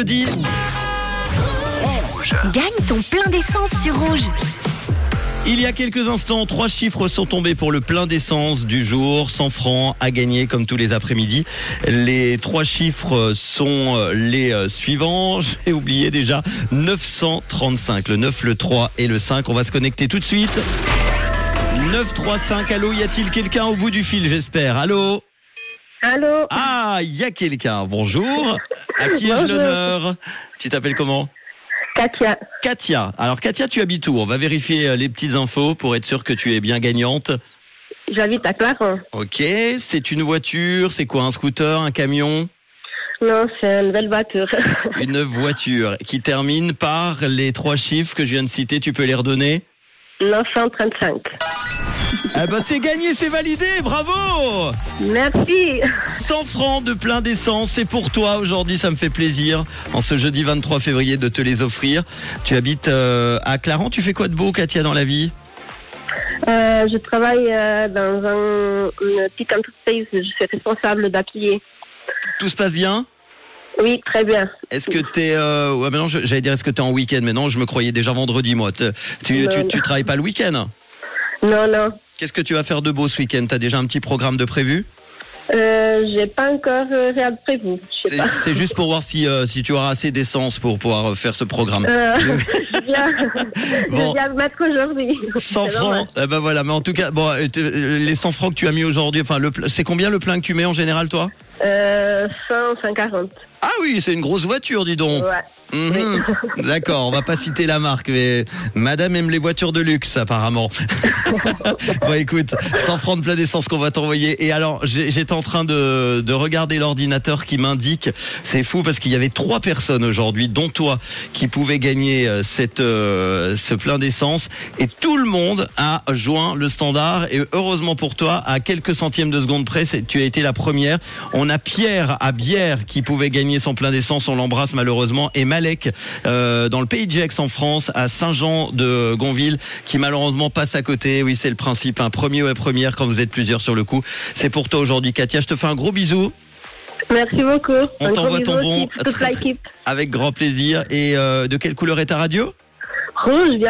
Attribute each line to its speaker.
Speaker 1: Jeudi.
Speaker 2: Gagne ton plein d'essence sur rouge.
Speaker 1: Il y a quelques instants, trois chiffres sont tombés pour le plein d'essence du jour. 100 francs à gagner comme tous les après-midi. Les trois chiffres sont euh, les euh, suivants. J'ai oublié déjà 935, le 9, le 3 et le 5. On va se connecter tout de suite. 935, allô, y a-t-il quelqu'un au bout du fil, j'espère Allô
Speaker 3: Allô
Speaker 1: Ah, y a quelqu'un, bonjour. À qui ai-je
Speaker 3: Bonjour.
Speaker 1: l'honneur Tu t'appelles comment
Speaker 3: Katia.
Speaker 1: Katia. Alors Katia, tu habites où On va vérifier euh, les petites infos pour être sûr que tu es bien gagnante.
Speaker 3: J'habite à Clarence.
Speaker 1: Ok, c'est une voiture, c'est quoi un scooter, un camion
Speaker 3: Non, c'est une belle voiture.
Speaker 1: Une voiture qui termine par les trois chiffres que je viens de citer, tu peux les redonner
Speaker 3: 935.
Speaker 1: Ah bah c'est gagné, c'est validé, bravo
Speaker 3: Merci.
Speaker 1: 100 francs de plein d'essence, c'est pour toi aujourd'hui, ça me fait plaisir, en ce jeudi 23 février, de te les offrir. Tu habites euh, à Clarence, tu fais quoi de beau Katia dans la vie
Speaker 3: Euh, je travaille euh, dans un, une petite entreprise. Je suis responsable d'atelier.
Speaker 1: Tout se passe bien
Speaker 3: Oui, très bien.
Speaker 1: Est-ce que t'es euh... ouais, maintenant je- j'allais dire est-ce que t'es en week-end mais non je me croyais déjà vendredi moi. Te- Tu, tu,
Speaker 3: Non,
Speaker 1: tu travailles pas le week-end.
Speaker 3: Non, non.
Speaker 1: Qu'est-ce que tu vas faire de beau ce week-end T'as déjà un petit programme de prévu
Speaker 3: Euh, j'ai pas encore euh, rien prévu. Je
Speaker 1: C'est
Speaker 3: sais pas.
Speaker 1: c'est juste pour voir si euh, si tu auras assez d'essence pour pouvoir euh, faire ce programme.
Speaker 3: Euh, je viens, je
Speaker 1: Bon.
Speaker 3: viens le mettre aujourd'hui.
Speaker 1: 100
Speaker 3: C'est normal.
Speaker 1: francs. Eh ben voilà mais en tout cas bon euh, te- euh, les 100 francs que tu as mis aujourd'hui enfin le pl- c'est combien le plein que tu mets en général toi
Speaker 3: Euh, 100, 140.
Speaker 1: Ah oui, c'est une grosse voiture dis donc.
Speaker 3: Ouais.
Speaker 1: Mhm. D'accord, on va pas citer la marque, mais Madame aime les voitures de luxe apparemment. bon, écoute, 100 francs de plein d'essence qu'on va t'envoyer. Et alors, j'ai- j'étais en train de, de regarder l'ordinateur qui m'indique. C'est fou parce qu'il y avait trois personnes aujourd'hui, dont toi, qui pouvaient gagner euh, cette euh, ce plein d'essence. Et tout le monde a joint le standard. Et heureusement pour toi, à quelques centièmes de seconde près, c'est- tu as été la première. On a Pierre à Bière qui pouvait gagner son plein d'essence. On l'embrasse malheureusement. Et Malek euh, dans le pays de Gex en France, à Saint-Jean de Gonville, qui malheureusement passe à côté. Oui, c'est le principe. Un premier ou une première quand vous êtes plusieurs sur le coup. C'est pour toi aujourd'hui, Katia. Je te fais un gros bisou
Speaker 3: Merci beaucoup.
Speaker 1: On
Speaker 3: Un gros
Speaker 1: t'envoie ton
Speaker 3: bisou
Speaker 1: bon.
Speaker 3: aussi pour Toute l'équipe.
Speaker 1: avec grand plaisir. Et euh, de quelle couleur est ta radio
Speaker 3: Rouge, bien